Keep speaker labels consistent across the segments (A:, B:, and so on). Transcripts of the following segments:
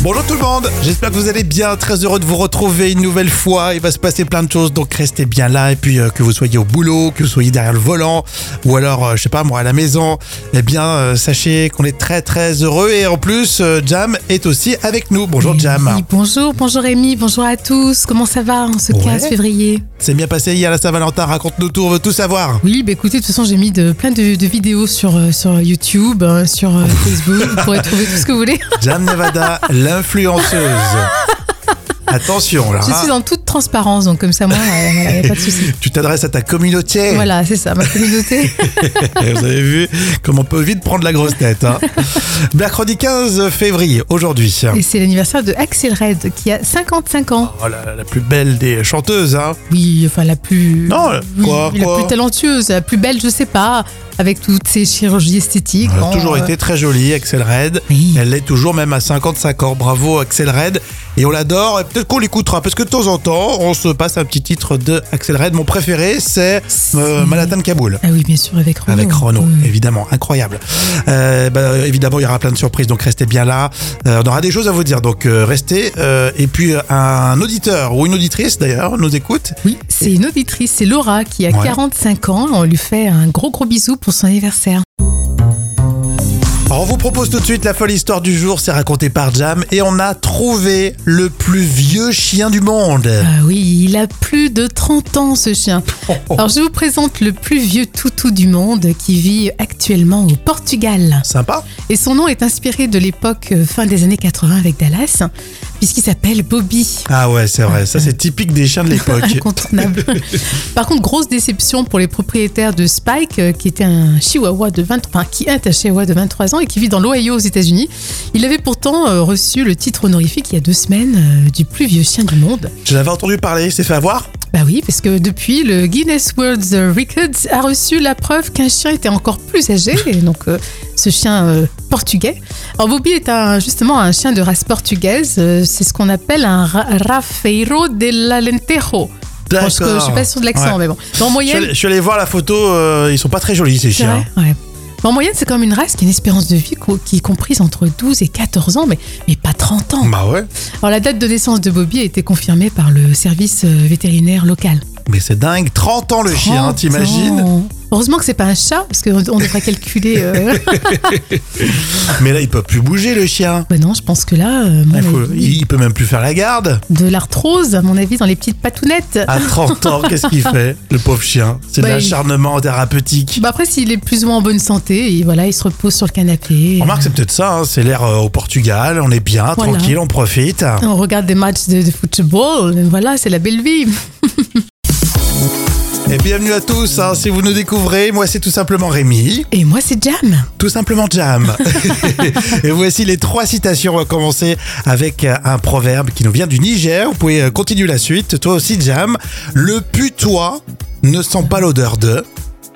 A: Bonjour tout le monde, j'espère que vous allez bien, très heureux de vous retrouver une nouvelle fois, il va se passer plein de choses, donc restez bien là, et puis euh, que vous soyez au boulot, que vous soyez derrière le volant, ou alors, euh, je sais pas moi, à la maison, eh bien, euh, sachez qu'on est très très heureux, et en plus, euh, Jam est aussi avec nous. Bonjour Jam.
B: Oui, bonjour, bonjour Rémi, bonjour à tous. Comment ça va en ce
A: Ouais.
B: 15 février
A: C'est bien passé hier la Saint-Valentin, raconte-nous tout, on veut tout savoir.
B: Oui, bah écoutez, de toute façon, j'ai mis de, plein de, de vidéos sur, euh, sur YouTube, hein, sur euh, Facebook. Vous pourrez trouver tout ce que vous voulez.
A: Jam Nevada, l'influenceuse. Attention là.
B: Je
A: hein.
B: suis en toute transparence, donc comme ça, moi, euh, voilà, y a pas de souci.
A: Tu t'adresses à ta communauté.
B: Voilà, c'est ça, ma communauté.
A: Et Eh, Vous avez vu comme on peut vite prendre la grosse tête. hein. Mercredi 15 février, aujourd'hui.
B: Et c'est l'anniversaire de Axel Red, qui a 55 ans.
A: Oh là là, la plus belle des chanteuses. hein.
B: Oui, enfin, la plus.
A: Non,
B: oui,
A: quoi,
B: La
A: quoi
B: plus talentueuse, la plus belle, je sais pas, avec toutes ses chirurgies esthétiques.
A: Elle a
B: Bon,
A: toujours
B: euh,
A: été très jolie, Axel Red.
B: Oui.
A: Elle l'est toujours, même à 55 ans. Bravo, Axel Red. Et on l'adore. Et peut-être qu'on l'écoutera, parce que de temps en temps, on se passe un petit titre de Axel Red. Mon préféré, c'est euh, Manhattan Kaboul.
B: Ah oui, bien sûr, avec Renaud. Mm.
A: Avec Renault,
B: Oui.
A: évidemment, incroyable. Euh, bah, évidemment, il y aura plein de surprises, donc restez bien là. Euh, on aura des choses à vous dire, donc euh, restez. Euh, et puis euh, un auditeur ou une auditrice d'ailleurs nous écoute.
B: Oui, c'est une auditrice, c'est Laura qui a
A: Ouais.
B: 45 ans. On lui fait un gros gros bisou pour son anniversaire.
A: Alors, on vous propose tout de suite la folle histoire du jour, c'est raconté par Jam, et on a trouvé le plus vieux chien du monde.
B: Ah oui, il a plus de 30 ans ce chien.
A: Oh.
B: Alors je vous présente le plus vieux toutou du monde qui vit actuellement au Portugal.
A: Sympa.
B: Et son nom est inspiré de l'époque euh, fin des années 80 avec Dallas, puisqu'il s'appelle Bobby.
A: Ah ouais, c'est vrai. Ça, c'est typique des chiens de l'époque.
B: Incontournable. Par contre, grosse déception pour les propriétaires de Spike, euh, qui était un chihuahua de 20, enfin, qui est un chihuahua de 23 ans et qui vit dans l'Ohio aux États-Unis. Il avait pourtant euh, reçu le titre honorifique il y a deux semaines euh, du plus vieux chien du monde.
A: Je l'avais entendu parler, c'est fait avoir.
B: Bah oui, parce que depuis, le Guinness World Records a reçu la preuve qu'un chien était encore plus âgé, et donc euh, ce chien euh, portugais. Alors Bobby est un- justement un chien de race portugaise, euh, c'est ce qu'on appelle un ra- Rafeiro de l'Alentejo. Je pense que je suis pas sûre de l'accent,
A: Ouais.
B: mais bon. Mais
A: Je
B: en
A: suis
B: moyenne,
A: allé- je suis allé voir la photo, euh, ils sont pas très jolis ces
B: c'est
A: chiens.
B: vrai, ouais. Mais en moyenne, c'est quand même une race qui a une espérance de vie co- qui est comprise entre 12 et 14 ans, mais, mais pas 30 ans.
A: Bah ouais.
B: Alors la date de naissance de Bobby a été confirmée par le service euh, vétérinaire local.
A: Mais c'est dingue, 30 ans le chien,
B: 30
A: t'imagines
B: ans. Heureusement que c'est pas un chat, parce qu'on on devrait calculer. euh,
A: Mais là, il peut plus bouger le chien.
B: ouais, non, je pense que là, euh, mon
A: Il, faut-
B: avis,
A: il- il peut même plus faire la garde.
B: de l'arthrose, à mon avis, dans les petites patounettes.
A: À 30 ans, qu'est-ce qu'il fait, le pauvre chien C'est de
B: Bah, il-
A: l'acharnement thérapeutique.
B: Bah après, s'il est plus ou moins en bonne santé, et voilà, il se repose sur le canapé.
A: Remarque, c'est peut-être ça, hein, c'est l'air euh, au Portugal, on est bien,
B: Voilà. Ah.
A: tranquille, on profite.
B: On regarde des matchs de, de football, voilà, c'est la belle vie.
A: Et bienvenue à tous, hein, si vous nous découvrez, moi c'est tout simplement Rémi,
B: Et moi, c'est Jam.
A: tout simplement Jam. Et voici les trois citations, on va commencer avec euh, un proverbe qui nous vient du Niger, vous pouvez euh, continuer la suite, toi aussi Jam. Le putois ne sent pas l'odeur de...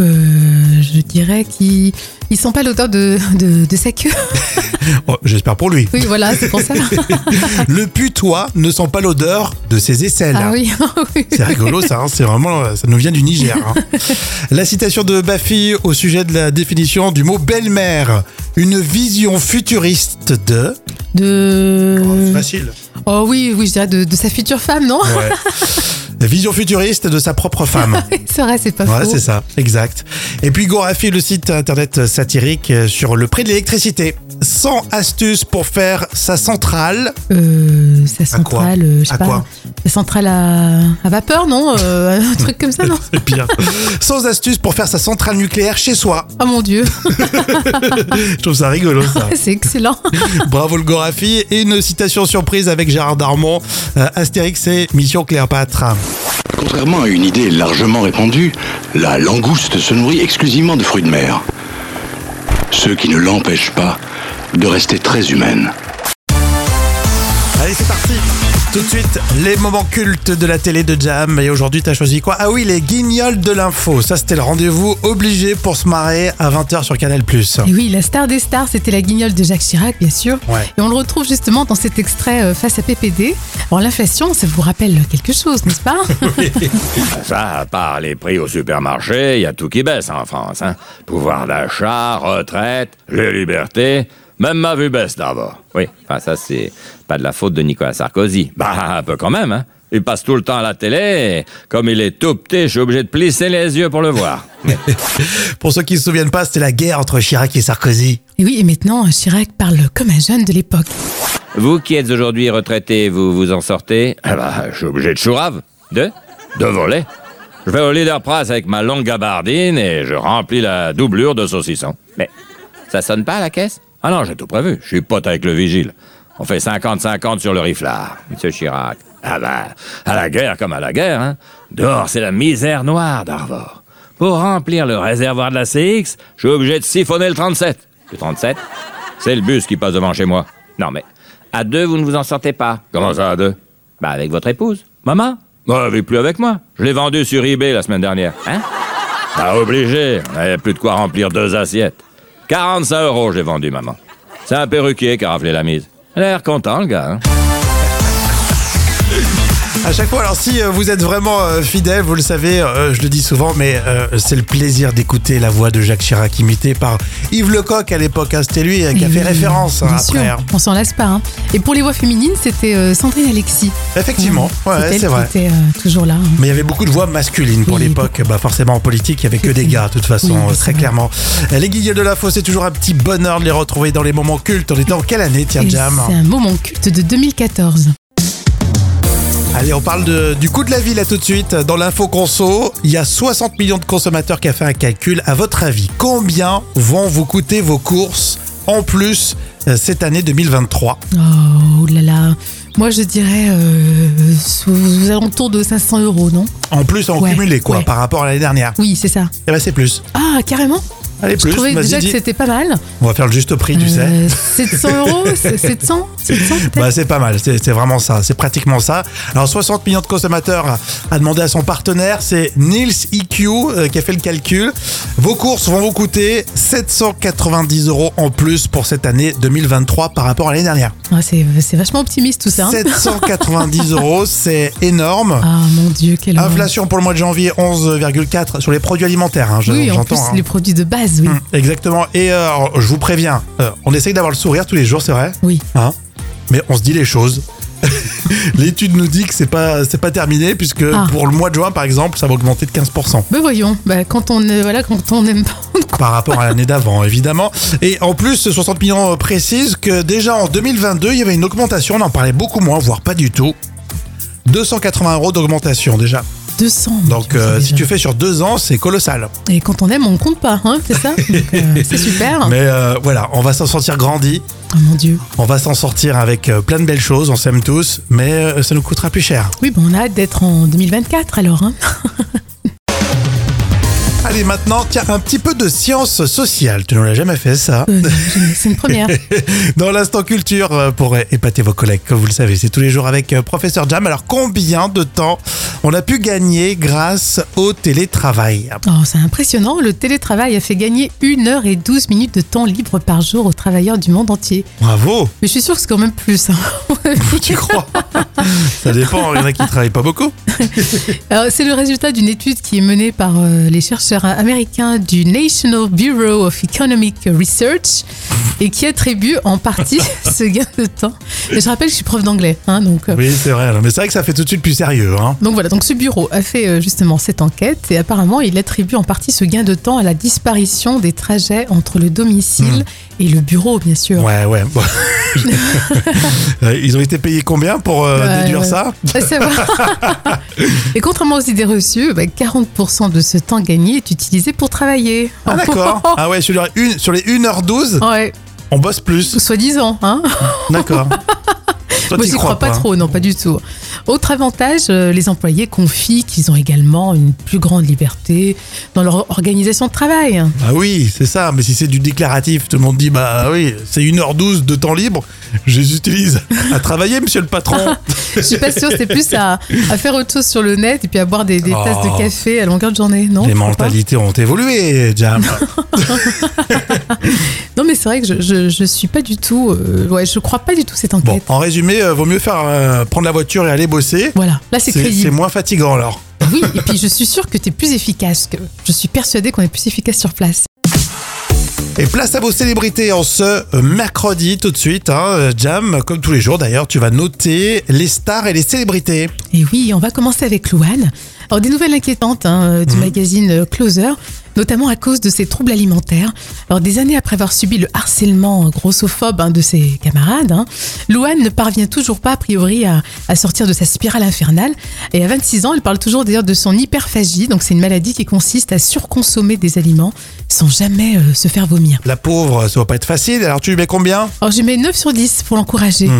B: Euh, je dirais qu'il il sent pas l'odeur de, de, de sa queue.
A: Oh, J'espère pour lui.
B: Oui, voilà, c'est pour ça.
A: Le putois ne sent pas l'odeur de ses aisselles.
B: Ah oui, ah oui.
A: C'est rigolo ça, hein, c'est vraiment, euh, ça nous vient du Niger. hein. La citation de Baffy au sujet de la définition du mot belle-mère. Une vision futuriste de...
B: De.
A: facile.
B: Oh oui, oui, je dirais de, de sa future femme, non
A: Ouais. La vision futuriste de sa propre femme.
B: C'est vrai, c'est pas
A: Ouais,
B: faux.
A: c'est ça, exact. Et puis Gorafi, le site internet satirique euh, sur le prix de l'électricité. 100 astuces pour faire sa centrale.
B: Euh, sa
A: À quoi
B: centrale, euh, je sais
A: À
B: pas,
A: quoi
B: sa centrale à, à vapeur, non Euh, Un truc comme ça, non
A: C'est bien. 100 astuces pour faire sa centrale nucléaire chez soi.
B: Oh mon dieu,
A: Je trouve ça rigolo ça.
B: c'est excellent.
A: Bravo le Gorafi. Et une citation surprise avec Gérard Darmon. Euh, Astérix et Mission Cléopâtre.
C: Contrairement à une idée largement répandue, la langouste se nourrit exclusivement de fruits de mer. Ce qui ne l'empêche pas de rester très humaine.
A: Allez, c'est parti Tout de suite, les moments cultes de la télé de Jam. Et aujourd'hui, t'as choisi quoi Ah oui, les guignols de l'info. Ça, c'était le rendez-vous obligé pour se marrer à 20h sur Canal+.
B: Et oui, la star des stars, c'était la guignole de Jacques Chirac, bien sûr.
A: Ouais.
B: Et on le retrouve justement dans cet extrait euh, face à PPD. Alors l'inflation, ça vous rappelle quelque chose, n'est-ce pas
D: Ça, à part les prix au supermarché, il y a tout qui baisse en France. Hein. Pouvoir d'achat, retraite, les libertés. Même ma vue baisse d'abord. Oui, enfin, ça, c'est pas de la faute de Nicolas Sarkozy. Bah, un peu quand même, hein. Il passe tout le temps à la télé. et Comme il est tout petit, je suis obligé de plisser les yeux pour le voir.
A: Pour ceux qui ne se souviennent pas, c'était la guerre entre Chirac et Sarkozy.
B: Et oui, et maintenant, Chirac parle comme un jeune de l'époque.
D: Vous qui êtes aujourd'hui retraité, vous vous en sortez Ah bah, je suis obligé de chourave. De De voler. Je vais au leader price avec ma longue gabardine et je remplis la doublure de saucisson. Mais ça sonne pas à la caisse Ah non, j'ai tout prévu. Je suis pote avec le vigile. On fait 50-50 sur le riflard, monsieur Chirac. Ah bah, à la guerre comme à la guerre, hein. Dehors, c'est la misère noire d'Arvor. Pour remplir le réservoir de la CX, je suis obligé de siphonner le 37. Le 37 C'est le bus qui passe devant chez moi. Non mais, à deux, vous ne vous en sortez pas. Comment ça, à deux Bah, avec votre épouse. Maman Bah, elle vit plus avec moi. Je l'ai vendue sur eBay la semaine dernière. Hein Pas obligé. On n'avait plus de quoi remplir deux assiettes. 45 euros, j'ai vendu, maman. C'est un perruquier qui a raflé la mise. Il a l'air content, le gars. hein.
A: À chaque fois, alors si euh, vous êtes vraiment euh, fidèle, vous le savez, euh, je le dis souvent, mais euh, c'est le plaisir d'écouter la voix de Jacques Chirac imitée par Yves Lecoq à l'époque. hein. c'était lui euh, qui a
B: Et
A: fait
B: oui,
A: référence hein,
B: bien sûr,
A: après. hein.
B: On s'en lasse pas. hein. Et pour les voix féminines, c'était euh, Sandrine Alexis.
A: Effectivement,
B: Ouais,
A: ouais,
B: elle
A: c'est
B: qui
A: vrai.
B: était euh, toujours là. hein.
A: Mais il y avait beaucoup de voix masculines pour
B: Oui.
A: l'époque. Bah forcément, en politique, il y avait que des gars, de toute façon,
B: Oui,
A: euh,
B: c'est
A: très
B: vrai.
A: clairement. Euh, Les Guignols de la Fosse, c'est toujours un petit bonheur de les retrouver dans les moments cultes. On était en quelle année, tiens,
B: Et C'est
A: Jam
B: un moment culte de 2014.
A: Allez, on parle de- du coût de la vie là tout de suite. Dans l'info conso, il y a 60 millions de consommateurs qui a fait un calcul. À votre avis, combien vont vous coûter vos courses en plus euh, cette année 2023
B: Oh là là. Moi, je dirais euh, sous- aux alentours de 500 euros, non
A: En plus, en
B: Ouais,
A: cumulé quoi,
B: ouais.
A: par rapport à l'année dernière.
B: Oui, c'est ça.
A: Eh ben c'est plus.
B: Ah, carrément
A: Allez,
B: Je
A: plus.
B: trouvais
A: vas-y,
B: déjà que
A: dis.
B: c'était pas mal.
A: On va faire le juste prix, tu sais.
B: Euh, 700 euros c'est- 700 700 peut-être
A: Bah, c'est pas mal, c'est c'est vraiment ça, c'est pratiquement ça. Alors 60 millions de consommateurs a demandé à son partenaire, c'est Niels EQ euh, qui a fait le calcul. Vos courses vont vous coûter 790 euros en plus pour cette année 2023 par rapport à l'année dernière.
B: Ouais, Ah, c'est, c'est vachement optimiste tout ça. hein.
A: 790 euros, c'est énorme.
B: Ah mon dieu, quelle horreur.
A: Inflation pour le mois de janvier 11,4 sur les produits alimentaires, hein, je-
B: Oui, en
A: j'entends.
B: plus,
A: hein.
B: les produits de base, oui.
A: Hum, Exactement. Et euh, alors, je vous préviens, euh, on essaye d'avoir le sourire tous les jours, c'est vrai.
B: Oui.
A: Hein mais on se dit les choses. L'étude nous dit que c'est pas c'est pas terminé puisque
B: Ah.
A: pour le mois de juin par exemple ça va augmenter de 15%
B: Ben voyons, ben, quand on euh, voilà, quand on aime pas, on
A: par rapport à l'année d'avant évidemment et en plus ce 60 millions euh, précise que déjà en 2022 il y avait une augmentation on en parlait beaucoup moins voire pas du tout 280 euros d'augmentation déjà
B: 200. mon
A: donc
B: Dieu,
A: euh,
B: c'est
A: si tu
B: déjà.
A: fais sur deux ans c'est colossal
B: Et quand on aime, on compte pas, hein, c'est ça Donc, euh, C'est super.
A: mais euh, voilà on va s'en sortir grandi
B: Oh mon dieu.
A: on va s'en sortir avec euh, plein de belles choses on s'aime tous mais euh, ça nous coûtera plus cher
B: Oui, ben on a hâte d'être en 2024 alors. Hein.
A: Allez, maintenant, tiens, un petit peu de science sociale. Tu ne l'as jamais fait, ça.
B: Euh, je- c'est une première.
A: Dans l'instant culture, euh, pour épater vos collègues, comme vous le savez, c'est tous les jours avec euh, Professeur Jam. Alors, combien de temps on a pu gagner grâce au télétravail Ah,
B: Oh, c'est impressionnant, le télétravail a fait gagner 1h12 minutes de temps libre par jour aux travailleurs du monde entier.
A: Bravo,
B: Mais je suis sûre que c'est quand même plus. hein.
A: tu crois Ça dépend, il y en a qui ne travaillent pas beaucoup.
B: Alors, C'est le résultat d'une étude qui est menée par euh, les chercheurs américains du National Bureau of Economic Research et qui attribue en partie ce gain de temps. Et je rappelle que je suis prof d'anglais, hein, donc. euh,
A: Oui, c'est vrai, non, mais c'est vrai que ça fait tout de suite plus sérieux. Hein.
B: donc voilà, donc ce bureau a fait euh, justement cette enquête et apparemment il attribue en partie ce gain de temps à la disparition des trajets entre le domicile et le bureau, bien sûr.
A: Hmm. Ouais, ouais. bon. Euh, Ils ont été payés combien pour euh,
B: Ouais,
A: déduire
B: ouais.
A: ça
B: Bah, ça va. Et contrairement aux idées reçues, bah, 40% de ce temps gagné est utilisé pour travailler.
A: Ah, d'accord. Ah, ouais, sur les, une, sur les 1h12,
B: Ouais,
A: on bosse plus.
B: soi-disant, hein
A: D'accord. Toi,
B: Moi,
A: t'y
B: j'y
A: crois,
B: crois pas,
A: hein.
B: trop, non, pas du tout. Autre avantage, euh, les employés confient qu'ils ont également une plus grande liberté dans leur organisation de travail.
A: Ah oui, c'est ça. Mais si c'est du déclaratif, tout le monde dit bah oui, c'est 1h12 de temps libre. Je les utilise à travailler, monsieur le patron.
B: Je suis pas sûre, c'est plus à, à faire autre chose sur le net et puis à boire des, des
A: Oh.
B: tasses de café à longueur de journée, non
A: Les
B: tu crois pas
A: mentalités ont évolué, Jam.
B: Non, mais c'est vrai que je, je, je suis pas du tout. euh, ouais, je crois pas du tout cette
A: Bon,
B: enquête.
A: en résumé, euh, vaut mieux faire euh, prendre la voiture et aller bosser.
B: Voilà, là c'est
A: C'est c'est
B: crédible.
A: moins fatigant alors.
B: Oui, et puis je suis sûre que tu es plus efficace. Que je suis persuadée qu'on est plus efficace sur place.
A: Et place à vos célébrités en ce euh, mercredi tout de suite. hein. Jam, comme tous les jours d'ailleurs, tu vas noter les stars et les célébrités.
B: Et oui, on va commencer avec Louane. Alors, des nouvelles inquiétantes hein, du magazine euh, Closer, notamment à cause de ses troubles alimentaires. Alors, des années après avoir subi le harcèlement grossophobe hein, de ses camarades, hein, Louane ne parvient toujours pas, a priori, à, à sortir de sa spirale infernale. Et à 26 ans, elle parle toujours d'ailleurs de son hyperphagie. Donc, c'est une maladie qui consiste à surconsommer des aliments sans jamais euh, se faire vomir.
A: La pauvre, ça va pas être facile. Alors tu lui mets combien
B: Alors, je mets 9 sur 10 pour l'encourager.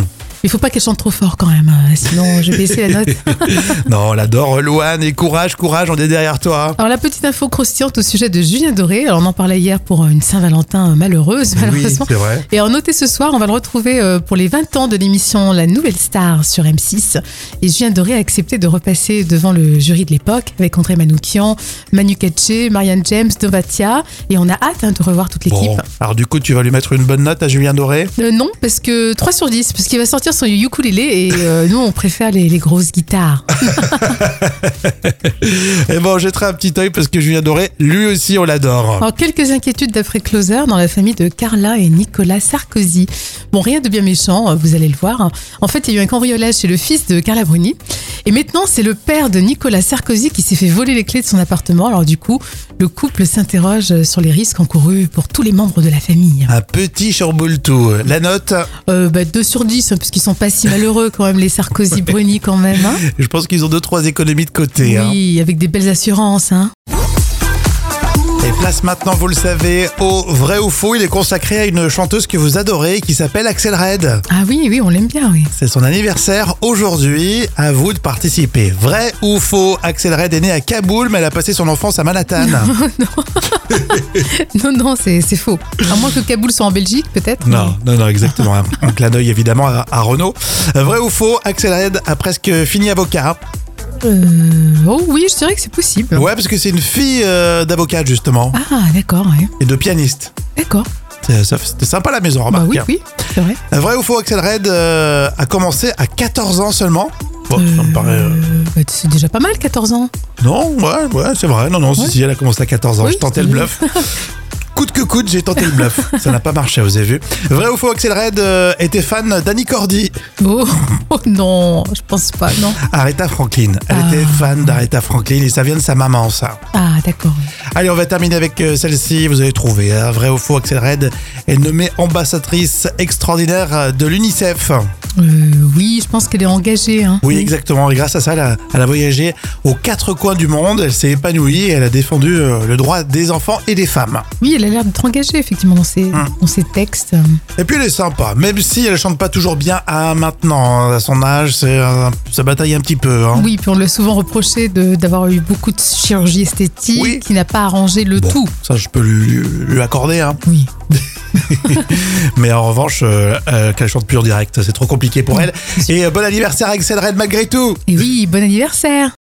B: Il faut pas qu'elle chante trop fort quand même, hein, sinon je vais baisser la note.
A: Non, on l'adore, Louane. Et courage, courage, on est derrière toi.
B: Alors la petite info croustillante au sujet de Julien Doré, alors on en parlait hier pour euh, une Saint-Valentin euh, malheureuse malheureusement.
A: c'est vrai.
B: Et en noté ce soir, on va le retrouver euh, pour les 20 ans de l'émission La Nouvelle Star sur M6. Et Julien Doré a accepté de repasser devant le jury de l'époque avec André Manoukian, Manu Katché, Marianne James, Dovatia. Et on a hâte hein, de revoir toute l'équipe.
A: Bon, alors du coup, tu vas lui mettre une bonne note à Julien Doré
B: Euh, non, parce que 3 sur 10, parce qu'il va sortir son ukulélé et euh, nous on préfère les, les grosses guitares.
A: Eh ben, on jettera un petit œil parce que Julien Doré, lui aussi, on l'adore.
B: Alors, quelques inquiétudes d'après Closer dans la famille de Carla et Nicolas Sarkozy. Bon, rien de bien méchant, euh, vous allez le voir. En fait, il y a eu un cambriolage chez le fils de Carla Bruni. Et maintenant, c'est le père de Nicolas Sarkozy qui s'est fait voler les clés de son appartement. Alors, du coup, le couple s'interroge euh, sur les risques encourus pour tous les membres de la famille.
A: Un petit chamboultou. La note,
B: Euh, bah, 2 sur 10, hein, parce qu'ils sont pas si malheureux quand même, les Sarkozy-Bruni quand même. hein.
A: je pense qu'ils ont deux, trois économies de côté. hein.
B: Oui, avec des belles assurances. Hein.
A: Et place maintenant, vous le savez, au vrai ou faux. Il est consacré à une chanteuse que vous adorez qui s'appelle Axel Red.
B: Ah oui, oui, on l'aime bien, oui.
A: C'est son anniversaire aujourd'hui. À vous de participer. Vrai ou faux Axel Red est née à Kaboul, mais elle a passé son enfance à Manhattan.
B: Non, non, c'est c'est faux. À moins que Kaboul soit en Belgique, peut-être.
A: non, non, non, exactement. Un, un clin d'œil évidemment à, à Renault. Vrai ou faux Axel Red a presque fini avocat.
B: Hein Euh, oh oui, je dirais que c'est possible.
A: Ouais, parce que c'est une fille euh, d'avocat justement
B: Ah, d'accord, ouais.
A: et de pianiste.
B: D'accord.
A: C'est- ça- C'était sympa la maison,
B: Bah
A: remarque. hein.
B: oui, oui, c'est vrai.
A: Vrai ou faux Axel Red euh, a commencé à 14 ans seulement. Bon, ça me paraît. euh,
B: Euh, bah, c'est déjà pas mal, 14 ans.
A: Non, ouais, ouais, c'est vrai. Non, non, si,
B: Ouais.
A: si, elle a commencé à 14 ans.
B: Oui,
A: je tentais
B: c'est
A: le bluff. coûte que coûte, j'ai tenté le bluff. Ça n'a pas marché, vous avez vu. Vrai ou faux, Axel Red euh, était fan d'Annie Cordy.
B: Oh, oh, non, je pense pas, non.
A: Aretha Franklin. Elle
B: Ah.
A: était fan d'Aretha Franklin et ça vient de sa maman, ça.
B: Ah, d'accord.
A: Allez, on va terminer avec euh, celle-ci. Vous avez trouvé. hein. Vrai ou faux, Axel Red est nommée ambassadrice extraordinaire euh, de l'UNICEF.
B: Euh, oui, je pense qu'elle est engagée. Hein.
A: Oui, exactement. Et grâce à ça, elle a, elle a voyagé aux quatre coins du monde. Elle s'est épanouie et elle a défendu euh, le droit des enfants et des femmes.
B: Oui, elle a l'air d'être engagée, effectivement, dans ses,
A: Hum.
B: dans ses textes.
A: Et puis elle est sympa, même si elle chante pas toujours bien à maintenant, hein, à son âge, c'est un- ça bataille un petit peu. hein.
B: Oui, puis on l'a souvent reproché de- d'avoir eu beaucoup de chirurgie esthétique
A: Oui.
B: qui n'a pas arrangé le
A: Bon,
B: tout.
A: ça je peux lui, lui accorder, hein.
B: Oui.
A: mais en revanche, euh, euh, qu'elle chante plus en direct, c'est trop compliqué pour elle. Et euh, bon anniversaire à Axel Red malgré tout
B: Et oui, bon anniversaire